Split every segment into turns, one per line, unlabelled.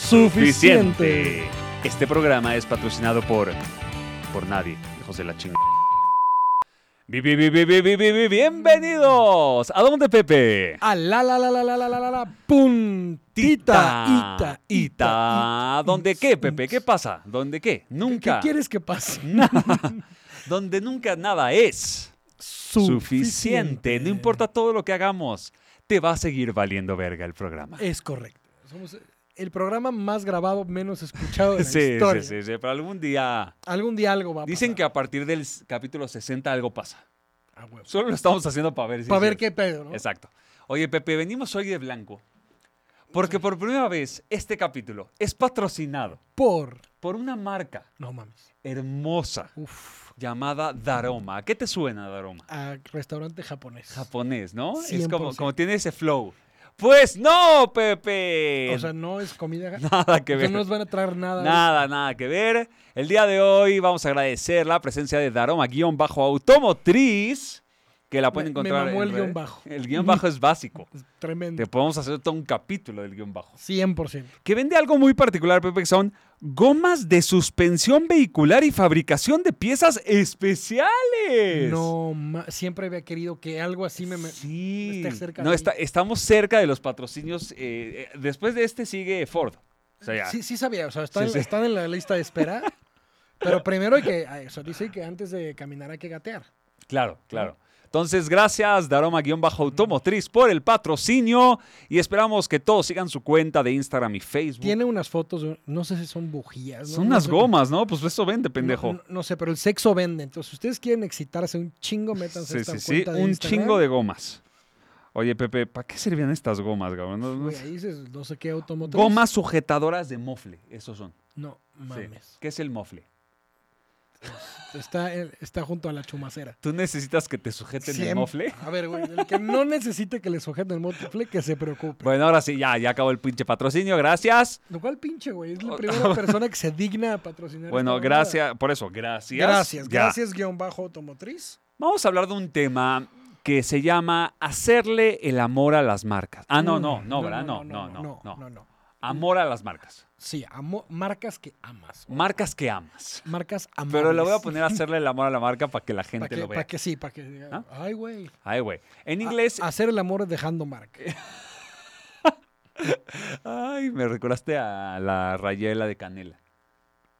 suficiente. Este programa es patrocinado por. por nadie, hijos de la chingada. Bienvenidos. ¿A dónde, Pepe?
A la la la la la la la la la puntita. Ita, ita,
Ita. ¿Dónde qué, Pepe? ¿Qué pasa? ¿Dónde qué?
¿Qué,
Nunca.
quieres que pase?
Donde nunca nada es suficiente. No importa todo lo que hagamos, te va a seguir valiendo verga el programa.
Es correcto. Somos eh, el programa más grabado, menos escuchado de la
Sí, sí,
historia.
sí, sí, pero algún día
Algún día algo va a
Dicen que
pasar.
a partir del s- capítulo 60 algo pasa.
Ah, huevo.
Solo lo estamos haciendo para ver. si
Para
es
ver
cierto.
qué pedo, ¿no?
Exacto. Oye, Pepe, venimos hoy de blanco. Porque por primera vez este capítulo es patrocinado
Por.
por una marca
No mames.
hermosa
Uf.
llamada Daroma. ¿A ¿Qué te suena Daroma?
A restaurante japonés.
Japonés, ¿no? Es como,
100%.
como tiene ese flow. Pues no, Pepe.
O sea, no es comida. ga-
nada que
o
ver.
sea, no nos van a traer nada.
Nada, nada que ver. El día de hoy vamos a agradecer la presencia de Daroma-automotriz, que la pueden
Me- me
encontrar.
mamó
en
el
red-
guión bajo.
El guión bajo es básico.
Es tremendo.
Te podemos hacer todo un capítulo del guión bajo.
100%.
Que vende algo muy particular, Pepe, que son gomas de suspensión vehicular y fabricación de piezas especiales.
No, ma- siempre había querido que algo así me... me-
Sí.
esté cerca
no,
de
está- estamos cerca de los patrocinios. eh, eh, después de este sigue Ford. O sea, ya.
Sí, sí sabía, o sea,
Sí,
están,
sí.
están en la lista de espera. pero primero hay que... ay, O sea, dice que antes de caminar hay que gatear.
Claro, claro. Entonces, gracias Daroma-Automotriz por el patrocinio y esperamos que todos sigan su cuenta de Instagram y Facebook.
Tiene unas fotos, de- no sé si son bujías. ¿no?
Son
No
unas
sé qué-
gomas, ¿no? Pues eso vende, pendejo.
No, no- no sé, pero el sexo vende. Entonces, si ustedes quieren excitarse un chingo, métanse a
sí,
esta
sí, sí,
cuenta de
un
Instagram.
chingo de gomas. Oye, Pepe, ¿para qué servían estas gomas, cabrón? No- no
Güey,
sé.
ahí dices, no sé qué automotriz.
Gomas sujetadoras de mofle, esos son.
No,
Sí.
mames.
¿Qué es el mofle?
Está, el- está junto a la chumacera.
¿Tú necesitas que te sujeten el
Siem-
mofle?
A ver, güey, el que no necesite que le sujeten el mofle, que se preocupe.
Bueno, ahora sí, ya, ya acabó el pinche patrocinio, gracias.
Lo cual, pinche, güey, es
Oh,
la primera persona que se digna a patrocinar.
Bueno,
esta mamada.
gracias, por eso, gracias.
Gracias,
Ya.
gracias, guión bajo automotriz.
Vamos a hablar de un tema que se llama hacerle el amor a las marcas. Ah, no,
Mm,
no, no, ¿verdad? No, no, no, no.
no, no.
Amor a las marcas.
Sí, amo, marcas que amas. güey.
Marcas que amas.
Marcas amables.
Pero le voy a poner hacerle el amor a la marca para que la gente
Para que, Ah,
lo
pa'
vea.
que sí, para que diga,
¿Ah?
ay, güey.
Ay, güey. En
A-
inglés. Eh,
hacer el amor dejando marca. ah.
Ay, me recordaste a la rayela de canela.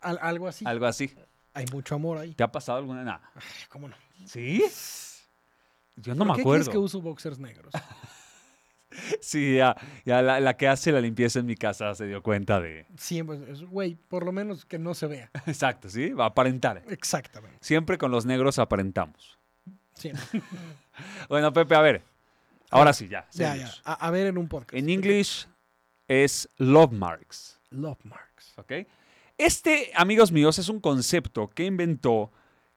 Al- algo así.
Algo así.
Hay mucho amor ahí.
¿Te ha pasado alguna? Nah.
¿Cómo no?
¿Sí? Yo no
¿Por
me
qué
acuerdo.
crees que uso boxers negros?
Sí, ya, ya la, la que hace la limpieza en mi casa se dio cuenta de.
Siempre, es- güey, por lo menos que no se vea.
Exacto, ¿sí? Va a aparentar.
Exactamente.
Siempre con los negros aparentamos.
Siempre.
Bueno, Pepe, a ver. Ahora sí, ya.
ya, ya.
serios.
A, a ver en un podcast.
En inglés es love marks,
Love marks.
¿ok? Este, amigos míos, es un concepto que inventó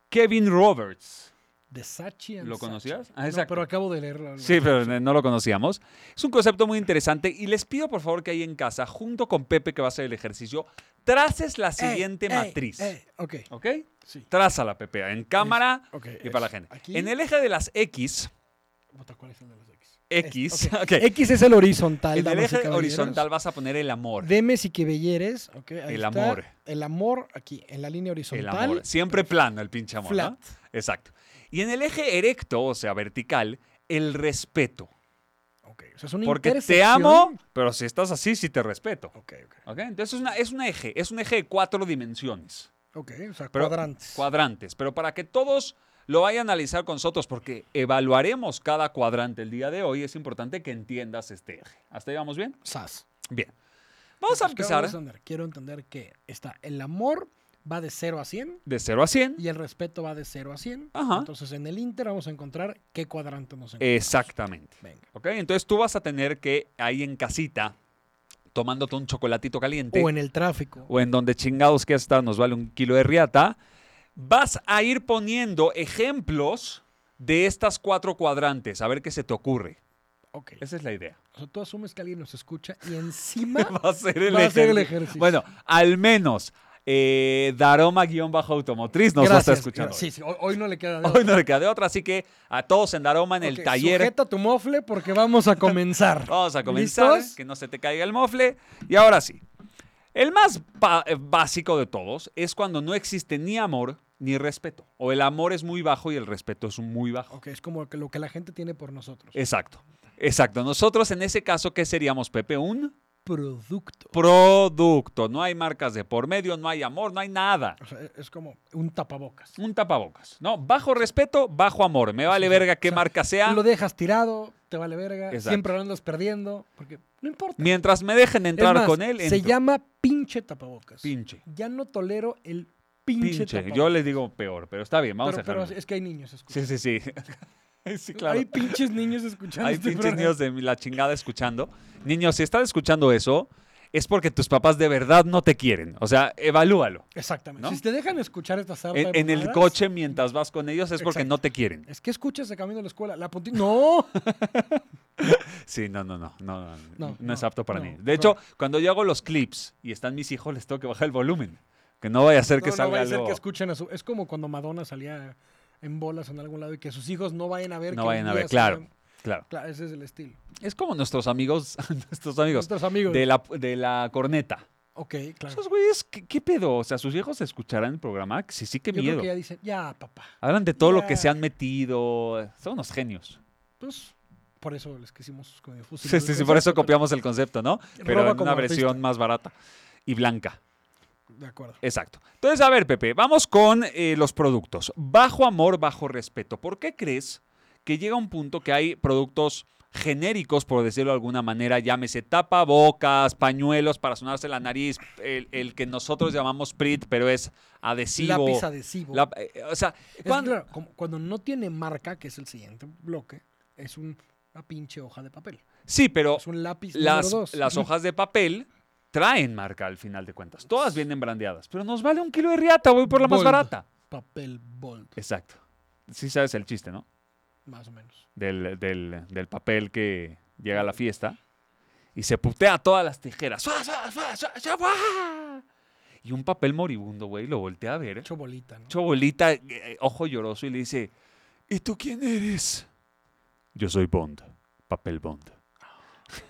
Kevin Roberts.
De Sachi and
¿Lo
Sachi.
conocías? Ah,
No,
exacto.
pero acabo de leerlo.
Sí, pero ne- no lo conocíamos. Es un concepto muy interesante y les pido por favor que ahí en casa, junto con Pepe que va a hacer el ejercicio, traces la
Ey,
siguiente
ey,
matriz,
ey, ok,
¿ok?
sí.
Trázala, Pepe, en cámara
Ok,
y para la
es
gente.
aquí.
En el eje de las X,
Puta, ¿cuál es el de los X?
X,
Este, ok.
ok,
X es el
en
horizontal.
el
damas y
eje
caballeros.
horizontal vas a poner el amor.
Demes y que belleres. ok, ahí
El
está.
amor.
El amor aquí, en la línea
El
horizontal.
amor. Siempre plano el pinche amor. ¿no?
Flat.
Exacto. Y en el eje erecto, o sea, vertical, el respeto.
Ok, o sea, es una
Porque te
intersección.
amo, pero si estás así, sí te respeto.
Ok, ok.
¿Ok? Entonces es, una, es un eje, es un eje de cuatro dimensiones.
Ok, o sea,
Pero-
cuadrantes.
Cuadrantes. Pero para que todos lo vayan a analizar con nosotros, porque evaluaremos cada cuadrante el día de hoy, es importante que entiendas este eje. ¿Hasta ahí vamos bien?
Sas.
Bien. Vamos a
Entonces, ¿qué
empezar ¿eh?
vamos a entender? Quiero entender que está el amor va de 0 a 100
de 0 a 100.
y el respeto va de 0 a 100.
Ajá.
Entonces, en el Inter vamos a encontrar qué cuadrante nos encontramos.
Exactamente.
Venga.
¿Ok? Entonces tú vas a tener que ahí en casita tomándote un chocolatito caliente
o en el tráfico.
o en donde chingados que hasta nos vale un kilo de riata, vas a ir poniendo ejemplos de estas cuatro cuadrantes, a ver qué se te ocurre.
Ok.
Esa es la idea.
O sea, tú asumes que alguien nos escucha y encima
Va a ser el,
va a hacer el
ejercicio.
ejercicio.
Bueno, al menos eh, Daroma-automotriz nos va a estar
Gracias,
escuchando.
gracias. Sí, sí, hoy, hoy no le queda de
Hoy no le queda de otra, así que a todos en Daroma en el
Ok,
taller.
Sujeta tu mofle porque vamos a comenzar.
Vamos a comenzar,
¿Listos?
que no se te caiga el mofle. Y ahora sí, el más pa- eh, básico de todos es cuando no existe ni amor ni respeto. O el amor es muy bajo y el respeto es muy bajo.
Ok, es como que lo que la gente tiene por nosotros.
Exacto, exacto. Nosotros en ese caso, ¿qué seríamos, Pepe? Un
producto.
producto. No hay marcas de por medio, no hay amor, no hay nada.
O sea, es como un tapabocas.
Un tapabocas, ¿no? Bajo respeto, bajo amor. Me vale
Sí,
verga qué
o sea,
marca sea.
Lo dejas tirado, te vale verga,
Exacto.
siempre lo andas perdiendo, porque no importa.
Mientras me dejen
Es
entrar
más,
con él,
se
entro.
llama pinche tapabocas.
pinche.
ya no tolero el pinche,
Pinche.
tapabocas.
Yo les digo peor, pero está bien, vamos
pero,
a
pero
dejarlo.
es que hay niños escuchando.
Sí, sí, sí. sí, claro. Hay,
Hay pinches niños escuchando. este
pinches
programa.
niños de la chingada escuchando. Niños, si están escuchando eso, es porque tus papás de verdad no te quieren. O sea, evalúalo.
Exactamente.
¿no?
Si te dejan escuchar esta sarta
En,
de
en el
mamadas,
coche mientras vas con ellos es porque
Exacto.
no te quieren.
Es que escuchas de camino a la escuela. La puntita. ¡No!
Sí, no, no, no. No, no, no,
No,
es
no,
apto para
no,
niños. De hecho, cuando yo hago los clips y están mis hijos, les tengo que bajar el volumen. Que no vaya a ser que
no, no
salga
vaya a ser
algo.
que escuchen a su. Es como cuando Madonna salía en bolas en algún lado y que sus hijos no vayan a ver.
No
que un
vayan a
día
ver, claro.
salgan-
Claro.
Claro, ese es el estilo.
Es como nuestros amigos, nuestros amigos
Nuestros amigos.
de la, de la corneta.
Ok, claro.
Esos güeyes, ¿qué, qué pedo? O sea, sus hijos escucharán el programa. Sí, sí, qué
Yo
miedo.
creo que ya dicen, ya, papá.
Hablan de todo lo que
Ya.
se han metido. Son unos genios.
Pues por eso les quisimos como
Sí,
difusinar
sí,
el
sí, por eso
concepto, pero-
copiamos el concepto, ¿no? Pero
Roba
en
como
una
artista.
versión más barata y blanca.
De acuerdo.
Exacto. Entonces, a ver, Pepe, vamos con eh, los productos. Bajo amor, bajo respeto. ¿Por qué crees que llega un punto que hay productos genéricos, por decirlo de alguna manera, llámese tapabocas, pañuelos para sonarse la nariz, el, el que nosotros llamamos PRIT, pero es adhesivo.
Lápiz adhesivo.
La- eh, o sea,
Es que,
cuando-
claro, como- cuando no tiene marca, que es el siguiente bloque, es un- una pinche hoja de papel.
sí, pero
Es un lápiz
las,
número dos.
las
Ujú.
hojas de papel traen marca al final de cuentas. Todas vienen brandeadas, pero nos vale un kilo de riata, voy por la más
Bold.
barata.
Papel bold,
Exacto. Sí sabes el chiste, ¿no?
más o menos.
Del, del- del papel que llega a la fiesta y se putea todas las tijeras. ¡Fua, fua, fua, fua, fua, fua! Y un papel moribundo, güey, lo voltea a ver.
Hecho bolita, ¿no?
Su abuelita, eh, eh, ojo lloroso, y le dice, ¿y tú quién eres? Yo soy Bond, papel Bond.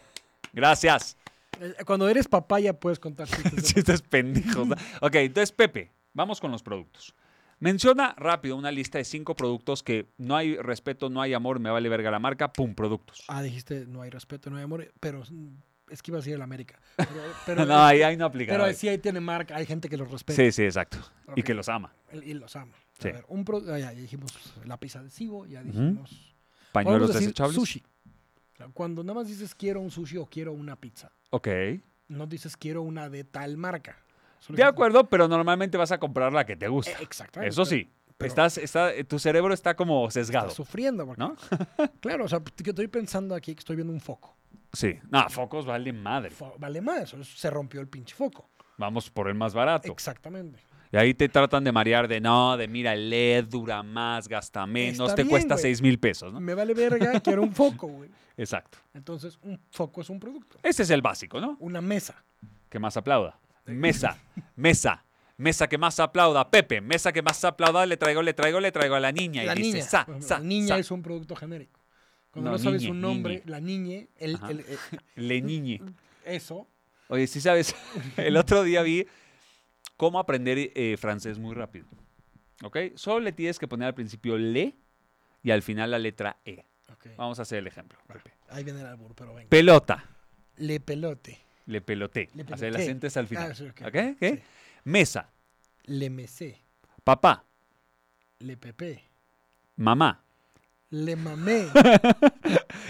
Gracias.
Eh, Cuando eres papá ya puedes contar chistes de-
Chistes pendejos. ¿no? Ok, entonces Pepe, vamos con los productos. Menciona rápido una lista de cinco productos que no hay respeto, no hay amor, me vale verga la marca, pum, productos.
Ah, dijiste no hay respeto, no hay amor, pero mm, es que iba a decir el América. Pero, pero-
no, ahí, ahí no aplica.
pero
¿no?
sí ahí tiene marca, hay gente que los respeta
sí, sí, exacto. Y
Ok.
que los ama.
el- y los ama. A
Sí.
ver, un pro- ah, ya, ya dijimos lápiz adhesivo, ya
Ujú.
dijimos... Podemos
Pañuelos
decir
desechables.
Sushi. O sea, Cuando nada más dices quiero un sushi o quiero una pizza,
Ok.
no dices quiero una de tal marca. Solo
De
dices-
acuerdo, pero normalmente vas a comprar la que te
Eh,
gusta.
Exactamente.
Eso
pero
sí.
pero-
estás, está, tu cerebro está como
Estás
sesgado.
sufriendo, porque-
¿No?
claro, o sea, que estoy pensando aquí que estoy viendo un foco.
Sí. No, focos vale madre.
Fo- vale más, eso es- se rompió el pinche foco.
Vamos por el más barato.
Exactamente.
Y ahí te tratan de marear de no, de mira, el LED dura más, gasta menos,
Está
te
bien,
cuesta
güey.
6 mil pesos, ¿no?
Me vale verga, quiero un foco, güey.
Exacto.
Entonces, un foco es un producto.
Ese es el básico, ¿no?
Una mesa.
Que más aplauda. Mesa, mesa, mesa que más aplauda. Pepe, mesa que más aplauda, le traigo, le traigo, le traigo a la niña.
la
y dice,
niña.
sa,
por ejemplo,
sa,
la niña
sa.
es un producto genérico. Cuando
No,
no, sabes
niñe,
un nombre,
niñe.
la niña, el-
Ajá.
el- el-
Le niñe.
eso,
Oye, sí sabes, el otro día vi cómo aprender eh, francés muy rápido. ¿Ok? Solo le tienes que poner al principio le y al final la letra e.
ok.
Vamos a hacer el ejemplo. Pepe.
Ahí viene el albur, pero venga.
Pelota.
Le pelote.
Le peloté.
Le
O sea, el
peloté.
acento es al final.
Ah, sí, ok.
¿Ok? ¿Ok?
Sí.
Mesa.
Le mesé.
Papá.
Le pepé.
Mamá.
Le mamé.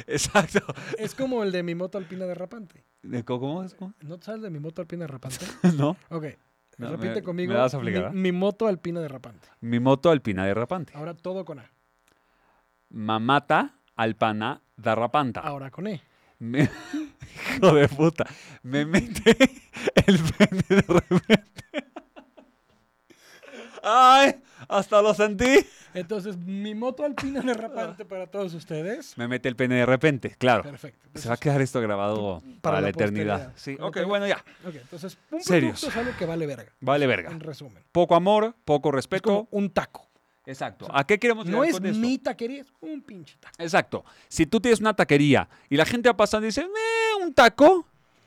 Exacto.
es como el de mi moto alpina derrapante.
¿De co- ¿Cómo es? ¿Cómo?
¿No sabes de mi moto alpina derrapante?
¿No?
Ok.
No,
Repite
me-
conmigo.
me vas a obligar, ¿eh?
mi, mi moto alpina derrapante.
Mi moto alpina derrapante.
Ahora todo con A.
Mamata alpana derrapanta.
Ahora con E.
Me- Hijo de puta. Me mete el pene de repente. ¡Ay! ¡Hasta lo sentí!
Entonces, mi moto alpina
Ah.
derrapante para todos ustedes.
Me mete el pene de repente, claro.
Perfecto.
Se va a quedar esto grabado para, la, eternidad.
posteridad.
Sí,
Para la
ok,
eternidad.
bueno, ya.
Ok, entonces, un
Serios.
producto es algo que vale verga.
Vale, verga.
En resumen.
Poco amor, poco
Es como
respeto.
un taco.
Exacto. ¿A qué queremos
No
llegar
es
con esto?
mi taquería, es un pinche taco.
Exacto. Si tú tienes una taquería y la gente va pasando y dice, "Eh, un taco,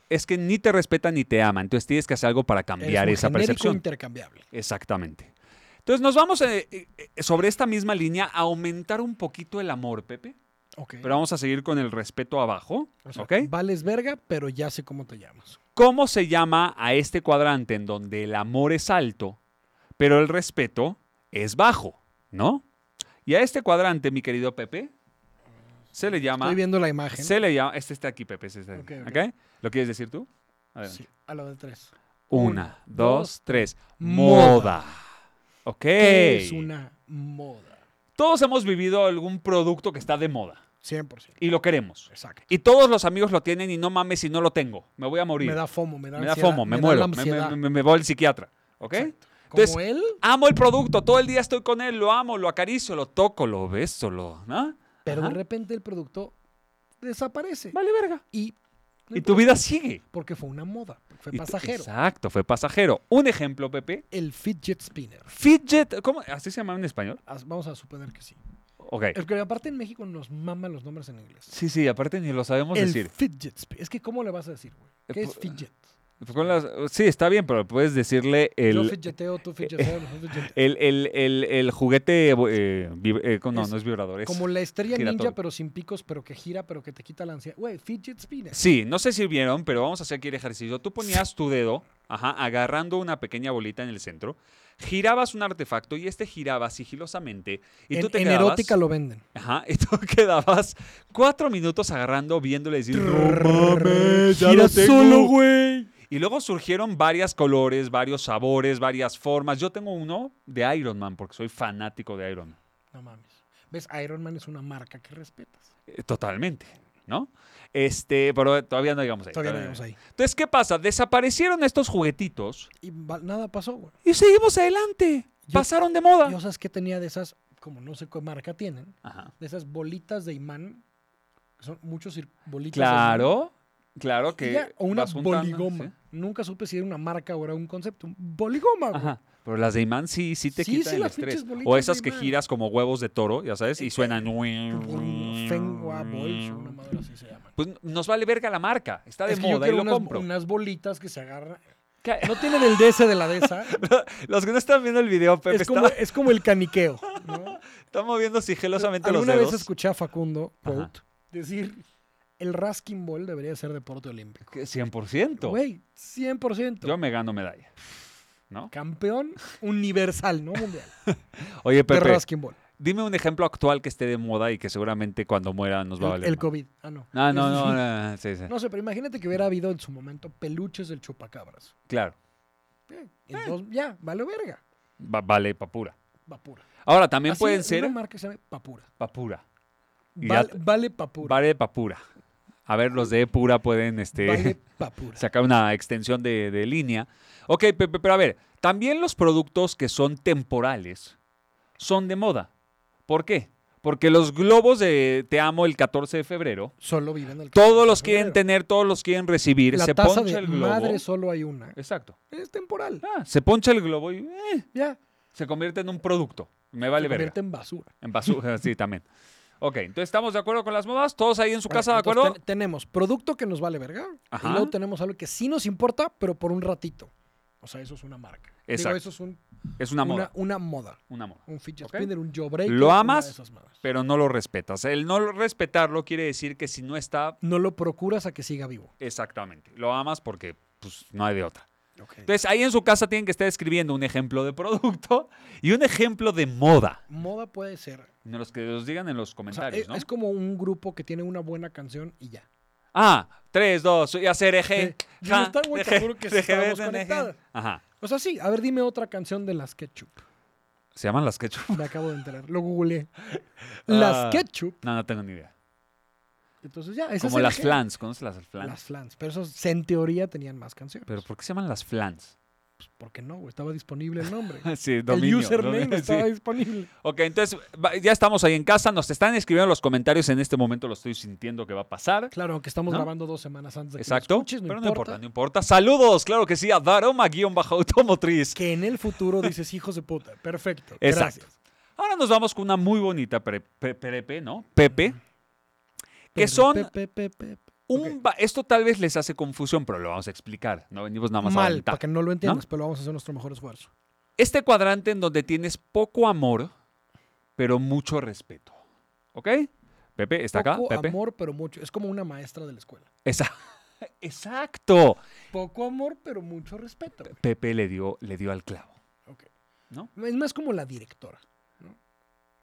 es que ni te respeta ni te ama. Entonces tienes que hacer algo para cambiar
es un
esa
genérico
percepción.
intercambiable.
Exactamente. Entonces nos vamos eh, eh, eh, sobre esta misma línea a aumentar un poquito el amor, Pepe.
Ok.
Pero vamos a seguir con el respeto abajo.
O sea,
¿Ok?
Vales verga, pero ya sé cómo te llamas.
¿Cómo se llama a este cuadrante en donde el amor es alto, pero el respeto es bajo? ¿No? Y a este cuadrante, mi querido Pepe, se le llama.
Estoy viendo la imagen.
Se le llama. Este está aquí, Pepe. este está aquí,
Ok, ok.
¿ok? ¿Lo quieres decir tú? Adelante.
Sí, a la de tres.
Una, dos, tres. Moda.
Moda.
Ok.
¿Qué Es una moda.
Todos hemos vivido algún producto que está de moda
100%.
y lo queremos.
Exacto.
Y todos los amigos lo tienen y no mames si no lo tengo. Me voy a morir.
Me da fomo, me da
Me da
ansiedad,
fomo, me,
da la
muero. Me,
ansiedad.
me- me- me voy al psiquiatra. ¿Ok?
Exacto. Como
Entonces-
él,
Amo el producto, todo el día estoy con él, lo amo, lo acaricio, lo toco, lo beso, lo. ¿no?
pero
Ajá.
de repente el producto desaparece.
Vale, verga.
Y, no
Y tu
importa,
vida sigue.
Porque fue una moda, porque fue
Y-
pasajero.
Exacto, fue pasajero. Un ejemplo, Pepe.
El fidget spinner.
Fidget, ¿cómo? ¿Así se llama en español?
As- Vamos a suponer que sí.
Ok.
Es que aparte en México nos mama los nombres en inglés.
Sí, sí, aparte ni lo sabemos
el
decir.
fidget spinner. Es que, ¿cómo le vas a decir, güey?
Eh,
¿Qué es
pu-
fidget?
Pues Con las- sí, está bien, pero puedes decirle
Yo
el, e-,
fidgeteo, tú fidgeteo, nosotros fidgeteo.
el, el, el, el juguete. eh, vib- eh, no,
Es
no es vibrador. es-
Como la estrella
giratorio.
ninja, pero sin picos, pero que gira, pero que te quita la ansiedad. Güey, fidget spinner.
Sí, no sé si vieron, pero vamos a hacer aquí el ejercicio. Tú ponías tu dedo, ajá, agarrando una pequeña bolita en el centro, girabas un artefacto y este giraba sigilosamente y
en,
tú te
en
quedabas.
erótica lo venden.
Ajá, y tú quedabas cuatro minutos agarrando, viéndole decir, "No mames, ya
Gira
lo tengo".
solo, güey.
Y luego surgieron varios colores, varios sabores, varias formas. Yo tengo uno de Iron Man, porque soy fanático de Iron Man.
No mames. ¿Ves? Iron Man es una marca que respetas.
Eh, Totalmente, ¿no? Este, pero todavía no llegamos ahí.
Todavía no
todavía no
llegamos ahí.
llegamos. Entonces, ¿qué pasa? Desaparecieron estos juguetitos
Y va- nada pasó, güey.
y seguimos adelante.
Yo-
Pasaron de moda.
Yo sabes que tenía de esas, como no sé qué marca tienen,
Ajá.
de esas bolitas de imán. que Son muchos cir- bolitas. de imán,
Claro, claro
y
que.
ya, o una
vas juntando,
boligoma.
¿sí?
Nunca supe si era una marca o era un concepto. Un boligoma, güey.
Ajá. Pero las de imán sí, sí te
Sí,
quitan
sí,
el
las pinches
estrés.
bolitas
O
de
esas que
imán.
giras como huevos de toro, ya sabes, y suenan.
Fengua Bolch, ah, una madre así se llaman.
Pues nos vale verga la marca. Está de
Es que yo
moda y
quiero
lo
unas,
compro.
unas bolitas que se agarran.
Ca-
No tienen el DS de la DESA.
Los que no están viendo el video, Pepe
es,
está,
como, es como el caniqueo. ¿no?
está moviendo sigilosamente los
Alguna
dedos.
vez escuché a Facundo
Ajá.
quote, decir: el Raskin Ball debería ser deporte olímpico.
Que 100%.
Güey, 100%.
Yo me gano medalla. ¿No?
Campeón universal, no mundial.
Oye,
De
Pepe,
Raskin Ball.
dime un ejemplo actual que esté de moda y que seguramente cuando muera nos va a
El,
valer.
el
más.
COVID. Ah, no.
Ah, no, no, no, no, sí, sí,
No sé, pero imagínate que hubiera habido en su momento peluches del chupacabras.
Claro.
Eh, Entonces, ya, vale verga.
Va- vale, papura.
Papura.
Ahora, también
Así,
pueden ser
Una marca que se llama Papura.
papura. Y ya
Vale,
te-
vale Papura.
Vale, papura. A ver, los de pura pueden este,
Vale Papura.
sacar una extensión de, de línea. Ok, Pepe, pero a ver, también los productos que son temporales son de moda. ¿Por qué? Porque los globos de Te Amo el 14 de febrero,
Solo viven el
todos
14
los
de
quieren
febrero.
tener, todos los quieren recibir.
La
se
taza
poncha
de
el globo.
madre solo hay una.
Exacto.
Es temporal.
Ah, se poncha el globo y eh,
Ya.
se convierte en un producto. Me vale
se
verga.
convierte en basura.
En basura, sí, también. Ok, entonces estamos de acuerdo con las modas, todos ahí en su
Vale,
casa, ¿de
entonces
acuerdo?
ten- tenemos producto que nos vale verga.
Ajá.
Y luego tenemos algo que sí nos importa, pero por un ratito. O sea, eso es una marca. Digo,
Exacto.
eso es un-
Es una moda.
una moda.
Una moda.
Un fidget
Ok.
spinner, un job breaker.
¿Lo
una de
amas?
esas madres.
Pero no lo respetas. El no lo- respetarlo quiere decir que si no está
No lo procuras a que siga vivo.
exactamente, lo amas porque pues, no hay de otra.
De-
Entonces ahí en su casa tienen que estar escribiendo un ejemplo de producto y un ejemplo de moda.
Moda puede ser.
No los que nos digan en los
o sea,
comentarios,
es,
¿no?
es como un grupo que tiene una buena canción y ya.
Ah, 3, 2, y hacer eje.
Eh, yo no estaba muy seguro que si estábamos conectadas.
Ajá.
O sea, sí, a ver, dime otra canción de las ketchup.
¿Se llaman las ketchup?
Me acabo de enterar. Lo googleé. Las
Ah.
ketchup
No, no tengo ni idea.
Entonces ya, esas
Como
eran
las
que-
flans, ¿conoces las flans?
Las flans. Pero esos en teoría tenían más canciones.
Pero pues, ¿por qué se llaman las flans?
Pues, ¿Por qué no? güey? Estaba disponible el nombre.
sí,
el
dominio,
username
dominio, sí.
estaba disponible.
Ok, entonces va- ya estamos ahí en casa, nos están escribiendo los comentarios, en este momento lo estoy sintiendo que va a pasar.
Claro, aunque estamos
¿No?
grabando dos semanas antes de que lo
Exacto,
escuches, no
pero no
importa.
importa, no importa. Saludos, claro que sí, a Daroma-automotriz.
Que en el futuro dices hijos de puta. Perfecto.
Exacto.
Gracias.
Ahora nos vamos con una muy bonita pre- pre- Pepe, ¿no? Pepe. Que
Pero,
son
pe, pe, pe, pe, pe.
un...
Ok.
ba- Esto tal vez les hace confusión, pero lo vamos a explicar. No venimos nada más a
Mal,
aventar.
para que no lo entiendas, pero vamos a hacer nuestro mejor esfuerzo.
Este cuadrante en donde tienes poco amor, pero mucho respeto. ¿Ok? Pepe, ¿está acá?
Poco
Pepe.
amor, pero mucho. Es como una maestra de la escuela.
Esa- Exacto.
Poco amor, pero mucho respeto. güey.
Pepe le dio, le dio al clavo.
Ok.
¿No?
Es más como la directora. Uh,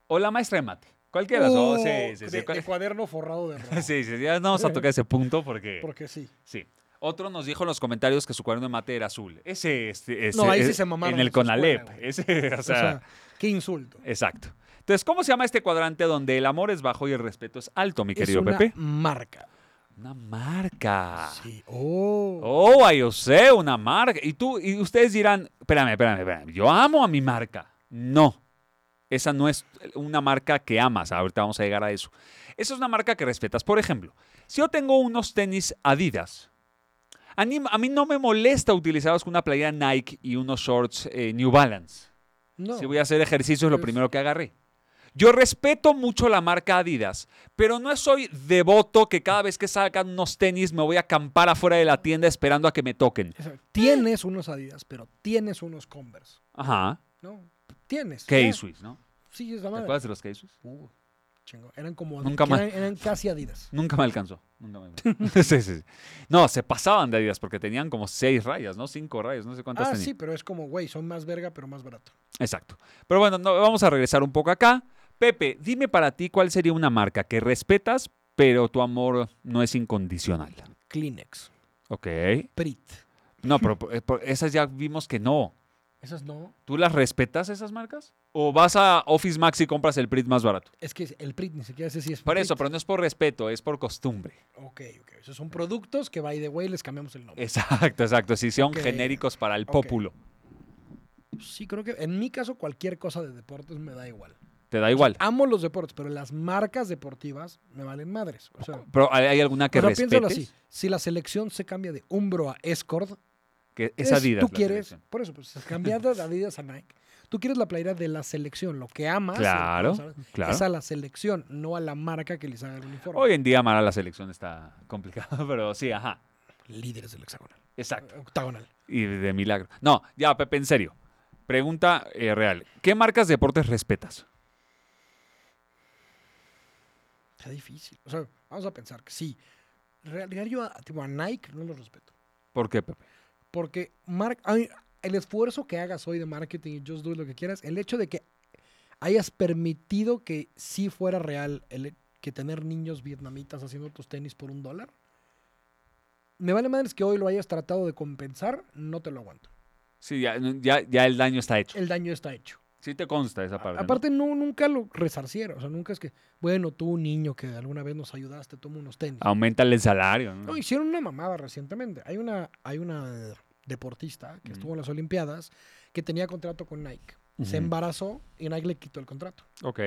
O la maestra de mate. Cualquiera de las dos. Sí, sí, sí.
de,
Cual-
de cuaderno forrado de rojo.
Sí, sí, ya no vamos a tocar ese punto porque...
Porque sí.
Sí. Otro nos dijo en los comentarios que su cuaderno de mate era azul. Ese, este, ese-
ahí sí
ese-
se mamaron
En el
en su escuela,
Conalep.
güey.
Ese, o
O sea,
sea,
qué insulto.
exacto. Entonces, ¿cómo se llama este cuadrante donde el amor es bajo y el respeto es alto, mi querido
es una
Pepe?
marca.
Una marca.
Sí. Oh.
Oh, ay, yo sé, una marca. Y tú, y ustedes dirán, espérame, espérame, espérame. Yo amo a mi marca. No. Esa no es una marca que amas. Ahorita vamos a llegar a eso. Esa es una marca que respetas. Por ejemplo, si yo tengo unos tenis Adidas, a mí, a mí no me molesta utilizarlos con una playera Nike y unos shorts eh, New Balance.
No.
Si voy a hacer ejercicio es lo
Pues-
primero que agarré. Yo respeto mucho la marca Adidas, pero no soy devoto que cada vez que sacan unos tenis me voy a acampar afuera de la tienda esperando a que me toquen.
O sea, tienes unos Adidas, pero tienes unos Converse.
Ajá.
¿No? Tienes. ya.
K-Swiss, ¿no?
Sí, es la
¿Te
madre.
acuerdas de los K-Swiss?
Uh, chingo. Eran como.
Nunca
que
más.
Eran, eran casi Adidas.
Nunca me alcanzó. Nunca me alcanzó. sí, sí, sí. No, se pasaban de Adidas porque tenían como seis rayas, ¿no? Cinco rayas, no sé cuántas
Ah,
tenían.
sí, pero es como, güey, son más verga, pero más barato.
Exacto. Pero bueno, no, vamos a regresar un poco acá. Pepe, dime para ti cuál sería una marca que respetas, pero tu amor no es incondicional.
Kleenex.
Ok.
Prit.
No, pero por- eh, por- esas ya vimos que no.
Esas no.
¿Tú las respetas esas marcas? ¿O vas a Office Max y compras el PRIT más barato?
Es que el Prit ni siquiera sé si es.
Por
Prit.
eso, pero no es por respeto, es por costumbre.
Ok, ok. Esos son productos que, by the way, les cambiamos el nombre.
Exacto, exacto. Si son
Ok.
genéricos para el
Ok.
pópulo,
Sí, creo que en mi caso, cualquier cosa de deportes me da igual.
te da igual.
Amo los deportes, pero las marcas deportivas me valen madres. O sea,
Pero ¿hay hay alguna que
o sea,
respetes?
Ah, piénsalo así. Si la selección se cambia de Umbro a Escort,
Que es
es-
Adidas.
tú
la
quieres,
selección.
por eso, pues se cambia de Adidas a Nike. Tú quieres la playera de la selección, lo que amas.
Claro,
¿sabes?
claro.
Es a la selección, no a la marca que les haga el uniforme.
Hoy en día, Mara, la selección está complicada, pero sí, ajá.
Líderes del hexagonal.
Exacto.
Octagonal.
Y de milagro. No, ya, Pepe, en serio. Pregunta eh, real. ¿Qué marcas de deportes respetas?
Está difícil. O sea, vamos a pensar que sí. Real, real yo a, tipo, a Nike no los respeto.
¿Por qué, Pepe?
Porque mar- ay, el esfuerzo que hagas hoy de marketing y just do it lo que quieras, el hecho de que hayas permitido que sí fuera real el he- que tener niños vietnamitas haciendo tus tenis por un dólar, me vale madres que hoy lo hayas tratado de compensar, no te lo aguanto.
Sí, ya, ya, ya el daño está hecho.
El daño está hecho.
Sí te consta esa
A-
parte. ¿no?
Aparte, no, nunca lo resarcieron. O sea, nunca es que, bueno, tú, niño, que alguna vez nos ayudaste, toma unos tenis.
Aumenta el salario. ¿no?
No, hicieron una mamada recientemente. Hay una, hay una deportista
Ujú.
que estuvo en las Olimpiadas que tenía contrato con Nike.
Ujú.
Se embarazó y Nike le quitó el contrato.
Ok.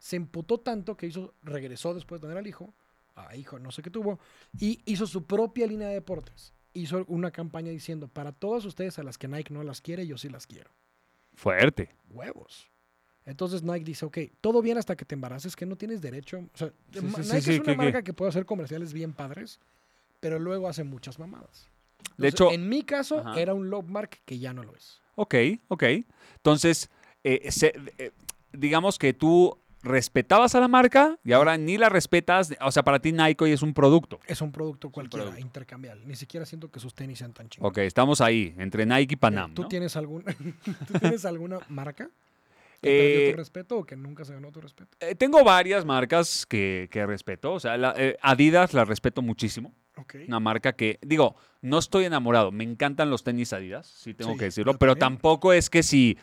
Se emputó tanto que hizo, regresó después de tener al hijo, a hijo no sé qué tuvo, y hizo su propia línea de deportes. Hizo una campaña diciendo, para todas ustedes a las que Nike no las quiere, yo sí las quiero.
Fuerte.
Huevos. Entonces Nike dice, ok, todo bien hasta que te embaraces, que no tienes derecho. O sea,
Sí,
Ma-
sí, sí,
Nike
sí,
es una
que- que-
marca que puede hacer comerciales bien padres, pero luego hace muchas mamadas.
De
Entonces,
hecho-
en mi caso
Ajá.
era un love mark que ya no lo es.
Ok, ok. Entonces, eh, se- eh, digamos que tú respetabas a la marca y ahora ni la respetas. O sea, para ti Nike hoy es un producto.
Es un producto cualquiera,
producto.
intercambiable. Ni siquiera siento que sus tenis sean tan chingados.
Ok, estamos ahí, entre Nike y Panam.
¿Tú,
¿no?
tienes algún, ¿Tú tienes alguna marca que perdió
Eh,
tu respeto o que nunca se ganó tu respeto?
Eh, tengo varias marcas que, que respeto. O sea, la- eh, Adidas la respeto muchísimo.
Ok.
Una marca que, digo, no estoy enamorado. Me encantan los tenis Adidas, sí tengo
Sí,
que decirlo.
yo
Pero
también.
tampoco es que si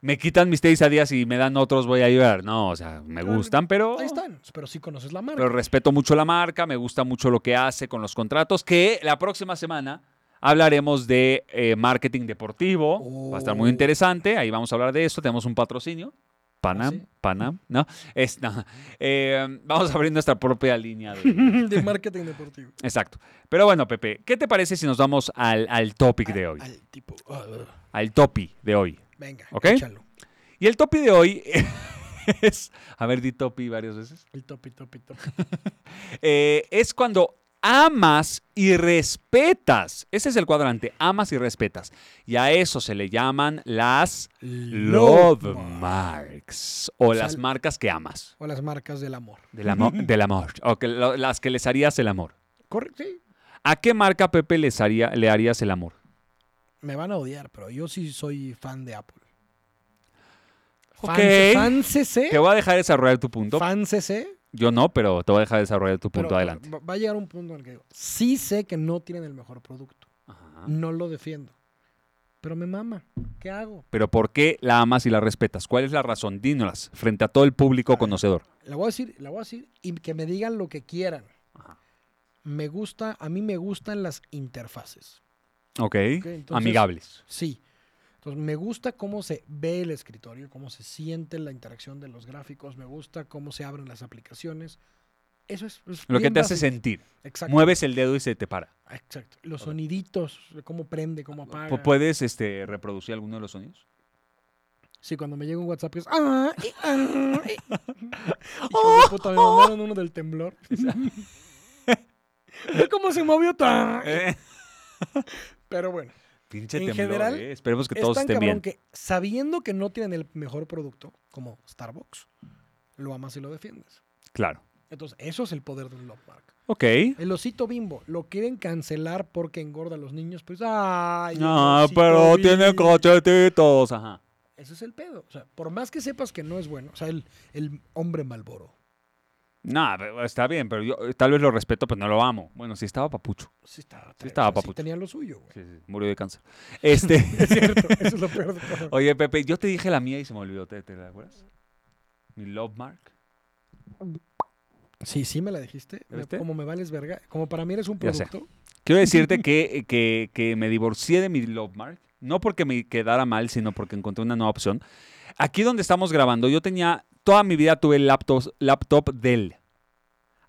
me quitan mis teis a días y me dan otros, voy a llorar. No, o sea, me
Claro.
gustan, pero,
Ahí están, pero sí conoces la marca.
pero respeto mucho la marca, me gusta mucho lo que hace con los contratos, que la próxima semana hablaremos de eh, marketing deportivo. Va a estar muy
Oh.
interesante, ahí vamos a hablar de eso, tenemos un patrocinio. Panam,
¿Ah, sí?
Panam, ¿no? Es, no. Eh, vamos a abrir nuestra propia línea de,
de marketing deportivo.
Exacto. Pero bueno, Pepe, ¿qué te parece si nos vamos al, al topic de hoy? Al,
Al tipo. ah, ah.
topi de hoy.
venga,
¿Ok?
échalo.
Y el topi de hoy es. A ver, di topi varias veces.
El topi, topi, topi.
Eh, es cuando amas y respetas. Ese es el cuadrante, amas y respetas. Y a eso se le llaman las love marks o las
Sal-
marcas que amas.
O las marcas del amor.
Del, amo- del amor. O que lo- las que les harías el amor.
Correcto, sí.
¿A qué marca, Pepe, les haría, le harías el amor?
Me van a odiar, pero yo sí soy fan de Apple.
Ok.
Fan
Te
CC.
voy a dejar desarrollar tu punto.
Fan CC.
Yo no, pero te voy a dejar desarrollar tu punto
pero
adelante.
va- Va a llegar un punto en el que digo, sí sé que no tienen el mejor producto.
Ajá.
No lo defiendo. Pero me mama. ¿Qué hago?
Pero ¿por qué la amas y la respetas? ¿Cuál es la razón? Dínolas frente a todo el público conocedor.
La voy a decir, la voy a decir y que me digan lo que quieran.
Ajá.
Me gusta, a mí me gustan las interfaces.
Ok.
entonces-
Amigables.
Sí. Entonces, me gusta cómo se ve el escritorio, cómo se siente la interacción de los gráficos, me gusta cómo se abren las aplicaciones. Eso es. es
Lo que
bien
te hace
básico.
sentir.
Exacto.
Mueves el dedo y se te para.
Exacto. Los
Ok.
soniditos, cómo prende, cómo apaga.
Pu- ¿Puedes este, reproducir alguno de los sonidos?
Sí, cuando me llega un WhatsApp que es. ¡Ah! eh, ah, eh". Hijo de puta, me
Oh.
mandaron uno del temblor. Ve ¿Cómo se movió? tan.
Eh,
Pero bueno,
Pinche
Ah, En
temblor,
general,
eh. Esperemos que
es
todos
tan
estén bien.
cabrón que sabiendo que no tienen el mejor producto, como Starbucks, lo amas y lo defiendes.
Claro.
Entonces, eso es el poder de un Love Mark.
Ok.
El osito bimbo, lo quieren cancelar porque engorda a los niños, pues ¡ay! el
No,
osito
pero tiene
bimbo.
cachetitos. Ajá.
Ese es el pedo. O sea, por más que sepas que no es bueno, o sea, el, el hombre malboro.
Nah, pero está bien, pero yo eh, tal vez lo respeto, pero no lo amo. Bueno, sí estaba papucho.
Sí estaba,
Sí estaba papucho.
tenía lo suyo, güey.
Sí, sí, murió de cáncer. Este.
Es cierto, eso es lo peor de todo.
Oye, Pepe, yo te dije la mía y se me olvidó, ¿te, te la acuerdas? Mi love mark.
Sí, sí me la dijiste. me-
¿Viste?
Como me vales verga. Como para mí eres un
Ya sé.
producto.
Quiero decirte que, que, que me divorcié de mi love mark, no porque me quedara mal, sino porque encontré una nueva opción. Aquí donde estamos grabando, yo tenía, toda mi vida tuve el laptop, laptop Dell.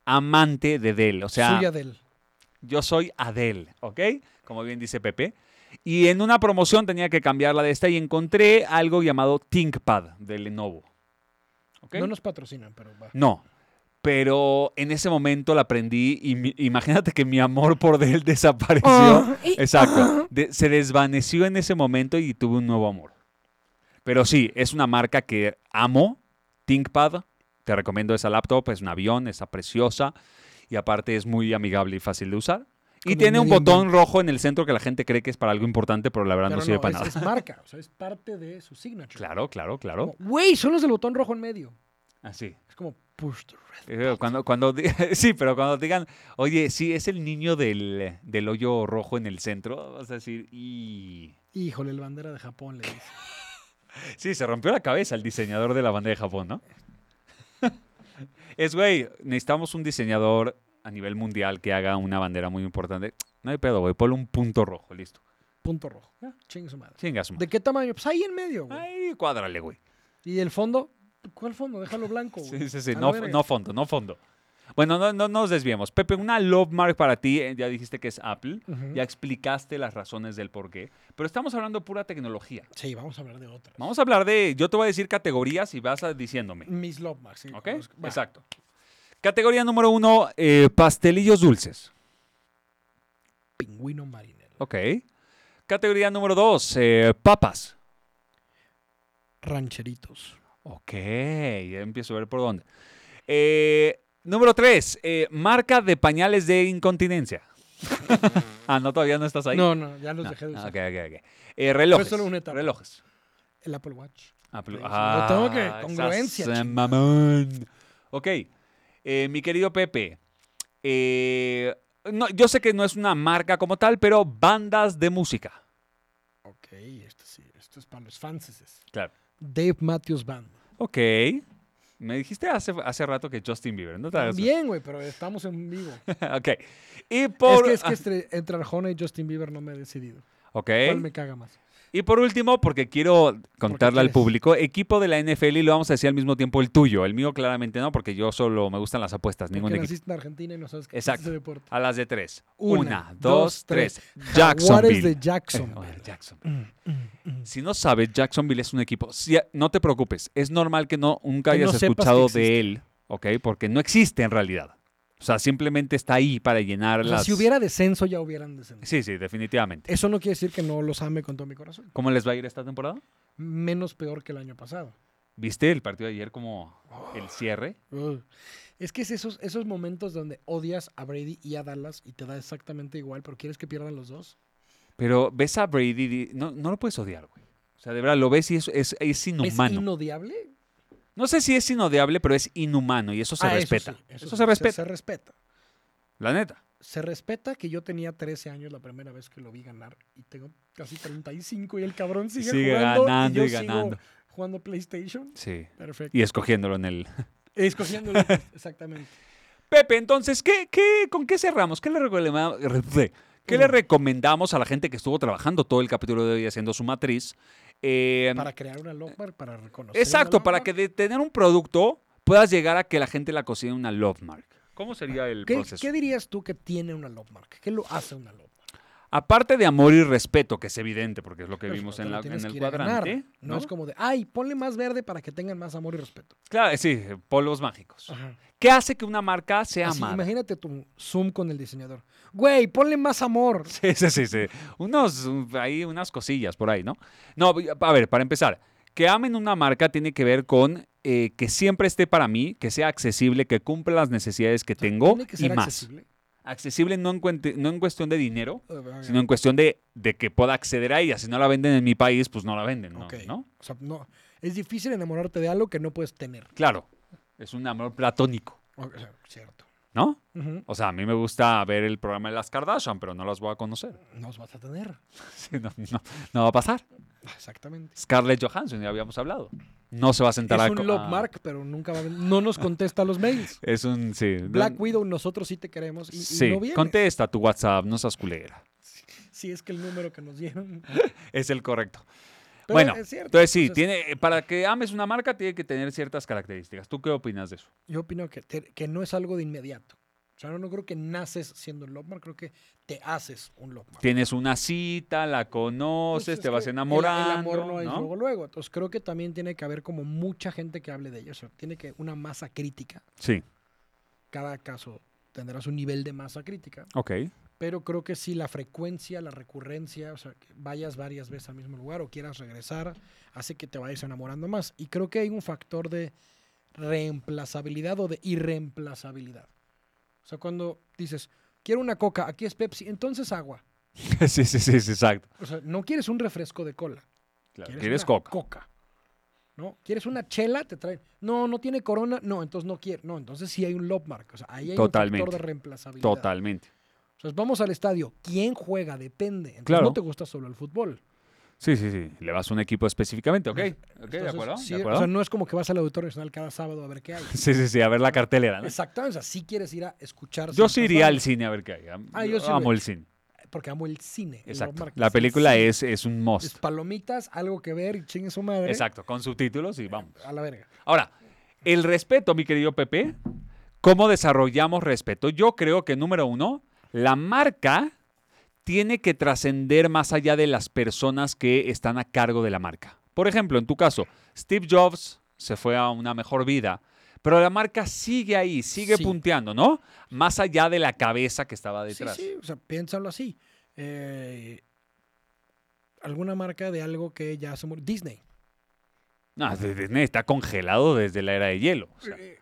Amante de Dell, o sea,
suya del.
yo soy Adele, ¿ok? Como bien dice Pepe. Y en una promoción tenía que cambiarla de esta y encontré algo llamado ThinkPad de Lenovo. ¿ok?
No nos patrocinan, pero va.
No. Pero en ese momento la aprendí y mi- imagínate que mi amor por Dell desapareció.
Ah.
Exacto. De- se desvaneció en ese momento y tuve un nuevo amor. Pero sí, es una marca que amo. ThinkPad, te recomiendo esa laptop, es un avión, está preciosa y aparte es muy amigable y fácil de usar.
Con
Y
el
tiene un
medio
botón rojo en el centro que la gente cree que es para algo importante, pero la verdad
Pero
no sirve para
es,
nada.
es marca, o sea, es parte de su signature.
Claro, claro, claro.
Como, Güey, son los del botón rojo en medio.
Así.
Es como push the red.
Eh, Cuando, cuando, di- sí, pero cuando digan, oye, sí, es el niño del, del hoyo rojo en el centro, vas a decir, y...
Híjole, el bandera de Japón le dice.
Sí, se rompió la cabeza el diseñador de la bandera de Japón, ¿no? es, güey, necesitamos un diseñador a nivel mundial que haga una bandera muy importante. No hay pedo, güey, ponle un punto rojo, listo.
Punto rojo. Ya, Chingue su madre.
Chinga su madre.
¿De qué tamaño? Pues ahí en medio, güey.
Ay, cuádrale, güey.
¿Y el fondo? ¿Cuál fondo? Déjalo blanco, güey.
Sí, sí, sí,
A la
no,
verga.
no fondo, no fondo. Bueno, no, no, no nos desviemos. Pepe, una love mark para ti, eh, ya dijiste que es Apple.
Ujú.
Ya explicaste las razones del por qué, pero estamos hablando de pura tecnología.
Sí, vamos a hablar de otra.
Vamos a hablar de, yo te voy a decir categorías y vas a diciéndome,
Miss Love Mark, sí.
¿ok?
conozco. Va.
Exacto. Categoría número uno, eh, pastelillos dulces,
Pingüino marinero.
¿ok? Categoría número dos, eh, papas,
Rancheritos.
ok, ya empiezo a ver por dónde. Eh, número tres, eh, marca de pañales de incontinencia. ah, no, todavía no estás ahí.
No, no, ya los
No,
dejé de
ah,
usar.
ok, ok, ok. Eh, relojes.
solo una etapa.
Relojes. Ah,
El Apple Watch.
Apple-
Lo tengo que-
esas,
congruencia,
eh,
chingada.
mamón. Ok. eh, mi querido Pepe. eh, no, yo sé que no es una marca como tal, pero bandas de música.
Ok. esto sí, esto es para los fanses.
Claro. Ah,
Dave Matthews Band.
Ok. Me dijiste hace, hace rato que Justin Bieber, ¿no? te hagas-
Bien, güey, pero estamos en vivo.
ok. Y por...
Es que, es que entre, entre Arjona y Justin Bieber no me he decidido.
ah, ok.
¿Cuál me caga más?
Y por último, porque quiero contarle al
quieres.
público, equipo de la NFL y lo vamos a decir al mismo tiempo el tuyo. El mío claramente no, porque yo solo me gustan las apuestas, Pues ningún
Porque
equipo.
naciste en Argentina y no sabes qué es
Exacto.
ese deporte.
A las de tres. Una,
Una,
dos,
dos,
tres. Jacksonville.
Jaguares de Mm, Jackson.
Eh, oye, Jacksonville. Si no sabes, Jacksonville es un equipo. si- no te preocupes, es normal que no, nunca
Que no
hayas
sepas que
escuchado de
existe.
él, ¿ok? Porque no existe en realidad. O sea, simplemente está ahí para llenar
O sea,
las.
si hubiera descenso, ya hubieran descenso.
Sí, sí, definitivamente.
Eso no quiere decir que no los ame con todo mi corazón.
¿Cómo les va a ir esta temporada?
Menos peor que el año pasado.
¿Viste el partido de ayer como el cierre?
Ugh. Es que es esos, esos momentos donde odias a Brady y a Dallas y te da exactamente igual, pero quieres que pierdan los dos.
Pero ves a Brady, di- no, no lo puedes odiar, güey. O sea, de verdad, lo ves y es, es, es
¿Es
inhumano.
inodiable?
no sé si es inodiable, pero es inhumano y eso se
Ah, eso
respeta.
sí,
Eso,
eso sí,
se respeta,
Se respeta.
la neta.
Se respeta que yo tenía 13 años la primera vez que lo vi ganar y tengo casi 35 y el cabrón sigue,
sigue
jugando
ganando
y, yo
y ganando.
Sigo jugando PlayStation.
Sí.
Perfecto.
Y escogiéndolo en el...
Escogiendo el- exactamente.
Pepe, entonces, ¿qué, qué, ¿con qué cerramos? ¿Qué le, recomendamos, ¿Qué le
Mm.
recomendamos a la gente que estuvo trabajando todo el capítulo de hoy haciendo su matriz? Eh,
Para crear una love mark, para reconocer. una
exacto,
love
para
mark.
que de tener un producto puedas llegar a que la gente la considere una love mark. ¿Cómo sería el
¿Qué,
proceso?
qué dirías tú que tiene una love mark? ¿Qué lo hace una love mark?
Aparte de amor y respeto, que es evidente, porque es lo que
Pero
vimos
te
en,
Pues, lo
la-
tienes
en el
que ir a ganar,
cuadrante.
¿no?
¿no?
es como de, ay, ponle más verde para que tengan más amor y respeto.
Claro, sí, polvos mágicos.
Ajá.
¿Qué hace que una marca sea
Así,
amada?
imagínate tu Zoom con el diseñador. Güey, ponle más amor.
Sí, sí, sí, sí. Unos, un- ahí unas cosillas por ahí, ¿no? No, a ver, para empezar, que amen una marca tiene que ver con eh, que siempre esté para mí, que sea accesible, que cumpla las necesidades que tengo
Tiene que
y
ser
más. Accesible,
accesible.
no, en cuente- no en cuestión de dinero,
Eh,
sino en cuestión de, de que pueda acceder a ella. Si no la venden en mi país, pues no la venden, ¿no?
ok.
¿No?
O sea, no. Es difícil enamorarte de algo que no puedes tener.
Claro, es un amor platónico,
O sea, cierto.
¿no?
Ujú.
O sea, a mí me gusta ver el programa de las Kardashian, pero no las voy a conocer.
Nos vas a tener.
Sí, no, no- no va a pasar.
Exactamente.
Scarlett Johansson, ya habíamos hablado. No se va a sentar a
Es
co-
un love
a-
mark, pero nunca va a... No nos contesta los mails.
Es un, sí.
Black
no-
Widow, nosotros sí te queremos y, y
Sí,
no vienes.
contesta tu WhatsApp, no seas culera.
Si es que el número que nos dieron.
Es el correcto.
Pero
bueno,
es cierto,
entonces sí,
entonces-
tiene, eh, para que ames una marca tiene que tener ciertas características. ¿Tú qué opinas de eso?
Yo opino que, te- que no es algo de inmediato. O sea, no, no creo que naces siendo un Lopmar, creo que te haces un Lopmar.
Tienes una cita, la conoces, Pues te vas enamorando.
Pues El, amor no es
¿no?
luego, luego. Entonces creo que también tiene que haber como mucha gente que hable de ello. O sea, tiene que una masa crítica.
Sí,
Cada caso tendrá su nivel de masa crítica.
ok.
Pero creo que sí, la frecuencia, la recurrencia, o sea, que vayas varias veces al mismo lugar o quieras regresar, hace que te vayas enamorando más. Y creo que hay un factor de reemplazabilidad o de irreemplazabilidad. O sea, cuando dices, quiero una coca, aquí es Pepsi, entonces agua.
sí, sí, sí, sí, exacto.
O sea, no quieres un refresco de cola,
Claro,
quieres,
¿Quieres
una
coca?
¿No? ¿Quieres una chela? Te traen. No, no tiene corona. No, entonces no quiere. No, entonces sí hay un love mark. O sea, ahí hay un
Totalmente.
factor de reemplazabilidad.
Totalmente.
O sea, vamos al estadio. ¿Quién juega? Depende. Entonces
Claro.
no te gusta solo el fútbol.
Sí, sí, sí. Le vas a un equipo específicamente, ok.
Entonces,
Ok, de
Entonces,
acuerdo.
sí,
de acuerdo.
O sea, no es como que vas al Auditorio Nacional cada sábado a ver qué hay.
sí, sí, sí, a ver la cartelera. ¿no?
Exactamente, o sea, sí quieres ir a escuchar.
Yo
ciertas
sí iría al
bandas,
cine a ver qué hay. Am-
Ah, yo sí
amo
voy.
el cine.
Porque amo el cine. el
Exacto.
Hallmark,
La
es el
película
cine.
es, es un
Es
must.
palomitas, algo que ver y chingue su madre.
Exacto, con subtítulos y vamos.
A la verga.
Ahora, el respeto, mi querido Pepe. ¿Cómo desarrollamos respeto? Yo creo que, número uno, la marca tiene que trascender más allá de las personas que están a cargo de la marca. Por ejemplo, en tu caso, Steve Jobs se fue a una mejor vida, pero la marca sigue ahí, sigue
Sí.
punteando, ¿no? Más allá de la cabeza que estaba
Sí,
detrás.
sí, o sea, piénsalo así. Eh, alguna marca de algo que ya se murió. Disney.
No, de- de- está congelado desde la era de hielo. o sea.
Eh,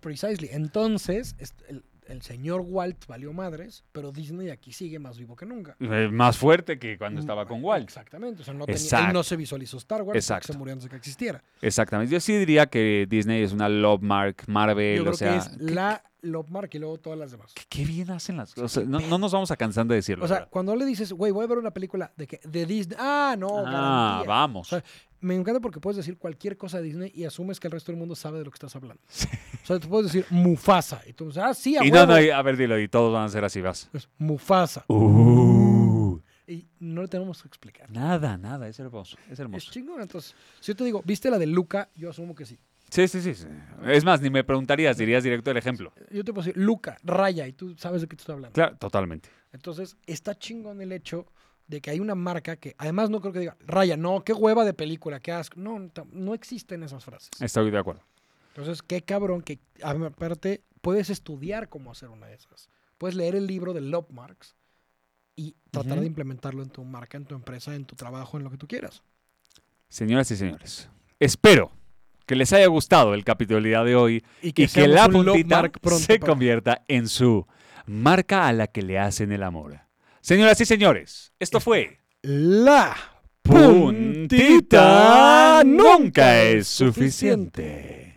Precisely. Entonces, est- el, el señor Walt valió madres, pero Disney aquí sigue más vivo que nunca.
Eh, más fuerte que cuando estaba con Walt.
Mm, Exactamente. O sea, no tenía-
Exacto.
él no se visualizó Star Wars
Exacto.
porque se murió antes de que existiera.
Exactamente. Yo sí diría que Disney es una love mark, Marvel,
Yo
o
creo
sea,
que es la, Love Mark y luego todas las demás.
Qué- Qué bien hacen las cosas. O sea, no, no nos vamos a cansar de decirlo.
O sea,
la verdad.
cuando le dices, güey, voy a ver una película de, que, de Disney. Ah, no,
ah,
garantía.
vamos.
O sea, Me encanta porque puedes decir cualquier cosa de Disney y asumes que el resto del mundo sabe de lo que estás hablando. O sea, tú puedes decir Mufasa. Y tú dices, ah, sí, a
y no,
huevo.
no, y- a ver, dilo, y todos van a ser así, vas.
Pues, Mufasa.
Uh,
Y no le tenemos que explicar.
nada, nada, es hermoso, es
Es
hermoso.
chingón. Entonces, si yo te digo, ¿viste la de Luca? Yo asumo que sí.
Sí, sí, sí, sí. Es más, ni me preguntarías, dirías directo el ejemplo.
Yo te puedo decir, Luca, Raya, y tú sabes de qué te estoy hablando.
Claro, totalmente.
Entonces, está chingón el hecho de que hay una marca que, además, no creo que diga, Raya, no, qué hueva de película, qué asco. No, no, tam- no existen esas frases.
Estoy de acuerdo.
Entonces, qué cabrón que, a- aparte, puedes estudiar cómo hacer una de esas. Puedes leer el libro de Love Marks y tratar
Ujú.
de implementarlo en tu marca, en tu empresa, en tu trabajo, en lo que tú quieras.
Señoras y señores, espero que les haya gustado el capítulo del día de hoy y que
seamos
la
un Love
puntita
Mark pronto
se
para-
convierta en su marca a la que le hacen el amor. Señoras y señores, esto fue
La
Puntita Nunca es Suficiente.